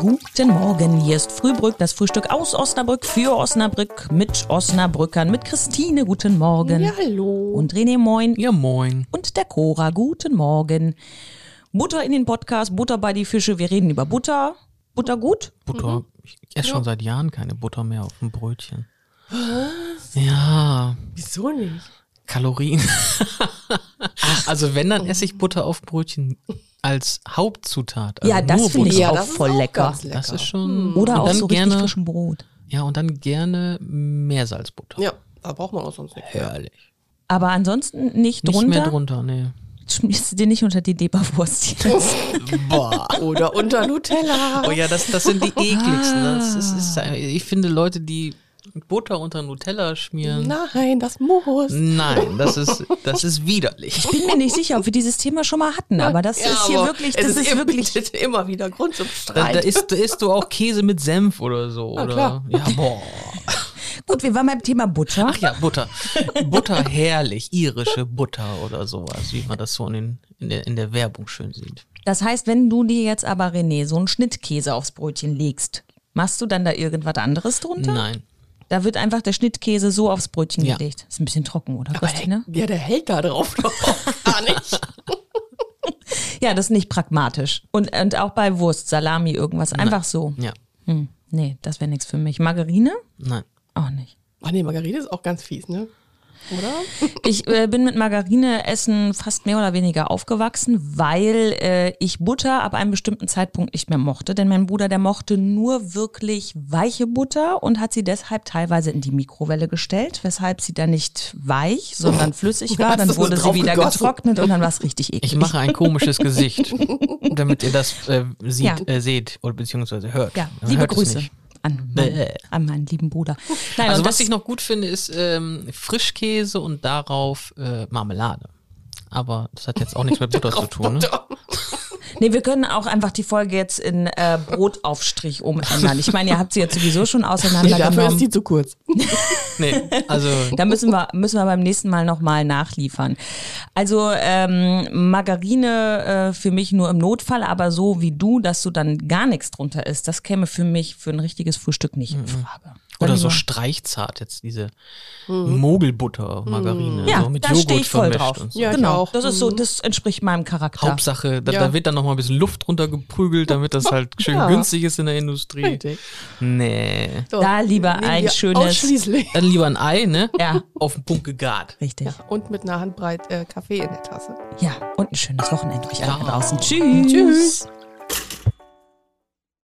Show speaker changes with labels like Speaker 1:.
Speaker 1: Guten Morgen, hier ist Frühbrück, das Frühstück aus Osnabrück für Osnabrück mit Osnabrückern, mit Christine, guten Morgen.
Speaker 2: Ja, hallo.
Speaker 1: Und René, moin.
Speaker 3: Ja, moin.
Speaker 1: Und der Cora, guten Morgen. Butter in den Podcast, Butter bei die Fische, wir reden über Butter. Butter gut?
Speaker 3: Butter.
Speaker 1: Mhm.
Speaker 3: Ich esse schon seit Jahren keine Butter mehr auf dem Brötchen. Ja,
Speaker 2: Wieso nicht?
Speaker 3: Kalorien. also wenn, dann esse ich Butter auf Brötchen als Hauptzutat. Also
Speaker 1: ja, das
Speaker 3: nur
Speaker 1: finde ich
Speaker 3: Butter.
Speaker 2: Ja,
Speaker 1: auch
Speaker 2: das ist
Speaker 1: voll
Speaker 2: auch
Speaker 1: lecker. Hm.
Speaker 2: ganz lecker.
Speaker 3: Das ist schon.
Speaker 1: Oder
Speaker 3: und
Speaker 1: auch
Speaker 3: dann
Speaker 1: so richtig
Speaker 3: gerne,
Speaker 1: frischem Brot.
Speaker 3: Ja, und dann gerne Meersalzbutter.
Speaker 2: Ja, da braucht man auch sonst nichts.
Speaker 3: Herrlich.
Speaker 1: Aber ansonsten nicht,
Speaker 3: Nicht
Speaker 1: drunter.
Speaker 3: mehr drunter, nee.
Speaker 1: Schmierst du dir nicht unter die Leberwurst.
Speaker 3: Boah.
Speaker 2: Oder unter Nutella.
Speaker 3: Oh ja, das, das sind
Speaker 1: Ah.
Speaker 3: die ekligsten. ne? Das ist, ist, ich finde Leute, die Butter unter Nutella schmieren.
Speaker 2: Nein, das muss.
Speaker 3: Nein, das ist, das ist widerlich.
Speaker 1: bin mir nicht sicher, ob wir dieses Thema schon mal hatten, aber das
Speaker 2: Ja,
Speaker 1: ist hier
Speaker 2: aber
Speaker 1: wirklich,
Speaker 2: es
Speaker 1: das ist,
Speaker 2: im-
Speaker 1: wirklich.
Speaker 2: immer wieder Grund zum
Speaker 3: Da, da,
Speaker 2: Streit.
Speaker 3: isst, da isst du auch Käse mit Senf oder so.
Speaker 2: Na
Speaker 3: Oder?
Speaker 2: klar.
Speaker 3: Ja, boah.
Speaker 1: Gut, wir waren beim Thema Butter.
Speaker 3: Ach ja, Butter. Butter herrlich, irische Butter oder sowas, wie man das so in, den, in, der, in der Werbung schön sieht.
Speaker 1: Das heißt, wenn du dir jetzt aber, René, so einen Schnittkäse aufs Brötchen legst, machst du dann da irgendwas anderes drunter?
Speaker 3: Nein.
Speaker 1: Da wird einfach der Schnittkäse so aufs Brötchen
Speaker 3: Ja.
Speaker 1: gelegt. Ist ein bisschen trocken, oder, ne?
Speaker 2: Aber
Speaker 1: Christine?
Speaker 2: der, ja, der hält da drauf doch gar nicht.
Speaker 1: Ja, das ist nicht pragmatisch. Und, und auch bei Wurst, Salami, irgendwas. Einfach so.
Speaker 3: Ja,
Speaker 1: Hm. Nee, das wäre nichts für mich. Margarine?
Speaker 3: nein.
Speaker 1: Auch nicht.
Speaker 2: Ach Ah, nee, Margarine ist auch ganz fies, ne? Oder?
Speaker 1: Ich äh, bin mit Margarine essen fast mehr oder weniger aufgewachsen, weil äh, ich Butter ab einem bestimmten Zeitpunkt nicht mehr mochte. Denn mein Bruder, der mochte nur wirklich weiche Butter und hat sie deshalb teilweise in die Mikrowelle gestellt, weshalb sie dann nicht weich,
Speaker 3: Oh,
Speaker 1: sondern flüssig war.
Speaker 2: Hast du
Speaker 1: Dann
Speaker 2: so
Speaker 1: wurde sie
Speaker 2: drauf
Speaker 1: wieder
Speaker 2: gegossen?
Speaker 1: getrocknet und dann war es richtig eklig.
Speaker 3: Ich mache ein komisches Gesicht, damit ihr das äh, sieht,
Speaker 1: Ja.
Speaker 3: äh, seht oder beziehungsweise hört.
Speaker 1: ja,
Speaker 3: Man
Speaker 1: liebe
Speaker 3: hört es
Speaker 1: Grüße
Speaker 3: nicht.
Speaker 1: an, meinen-
Speaker 3: Bäh.
Speaker 1: an meinen lieben Bruder. Nein,
Speaker 3: Also
Speaker 1: und
Speaker 3: was
Speaker 1: das-
Speaker 3: ich noch gut finde, ist ähm, Frischkäse und darauf äh, Marmelade. Aber das hat jetzt auch nichts mit Butter zu tun. Ne?
Speaker 1: Nee, wir können auch einfach die Folge jetzt in äh, Brotaufstrich umändern. Ich meine, ihr habt sie jetzt sowieso schon
Speaker 2: Nee, dafür ist
Speaker 1: auseinandergenommen.
Speaker 2: die zu kurz.
Speaker 3: Nee, also
Speaker 1: Da müssen wir, müssen wir beim nächsten Mal nochmal nachliefern. Also ähm, Margarine äh, für mich nur im Notfall, aber so wie du, dass du dann gar nichts drunter isst, das käme für mich für ein richtiges Frühstück nicht in Frage. Dann
Speaker 3: Mhm. Oder so
Speaker 1: lieber-
Speaker 3: streichzart jetzt diese Mogelbutter-Margarine.
Speaker 1: Mhm. ja,
Speaker 3: so mit
Speaker 1: da
Speaker 3: Joghurt
Speaker 1: stehe ich voll
Speaker 3: vermischt
Speaker 1: drauf.
Speaker 3: und so.
Speaker 2: Ja, ich
Speaker 1: genau.
Speaker 2: auch. Mhm.
Speaker 1: Das ist so, das entspricht meinem Charakter.
Speaker 3: Hauptsache, da,
Speaker 2: Ja.
Speaker 3: da wird dann nochmal ein bisschen Luft runtergeprügelt, damit das halt schön
Speaker 2: Ja.
Speaker 3: günstig ist in der Industrie.
Speaker 2: Richtig.
Speaker 3: Nee.
Speaker 2: So,
Speaker 1: Da lieber
Speaker 2: nehmen
Speaker 1: ein
Speaker 2: wir
Speaker 1: schönes-
Speaker 2: Ausschließlich.
Speaker 3: Dann lieber ein Ei, ne?
Speaker 1: Ja.
Speaker 3: Auf den Punkt gegart.
Speaker 1: Richtig.
Speaker 2: Und mit einer Handbreit äh, Kaffee in der Tasse.
Speaker 1: Ja, und ein schönes Wochenende euch alle
Speaker 3: Ja.
Speaker 1: draußen. Tschüss.
Speaker 2: Tschüss.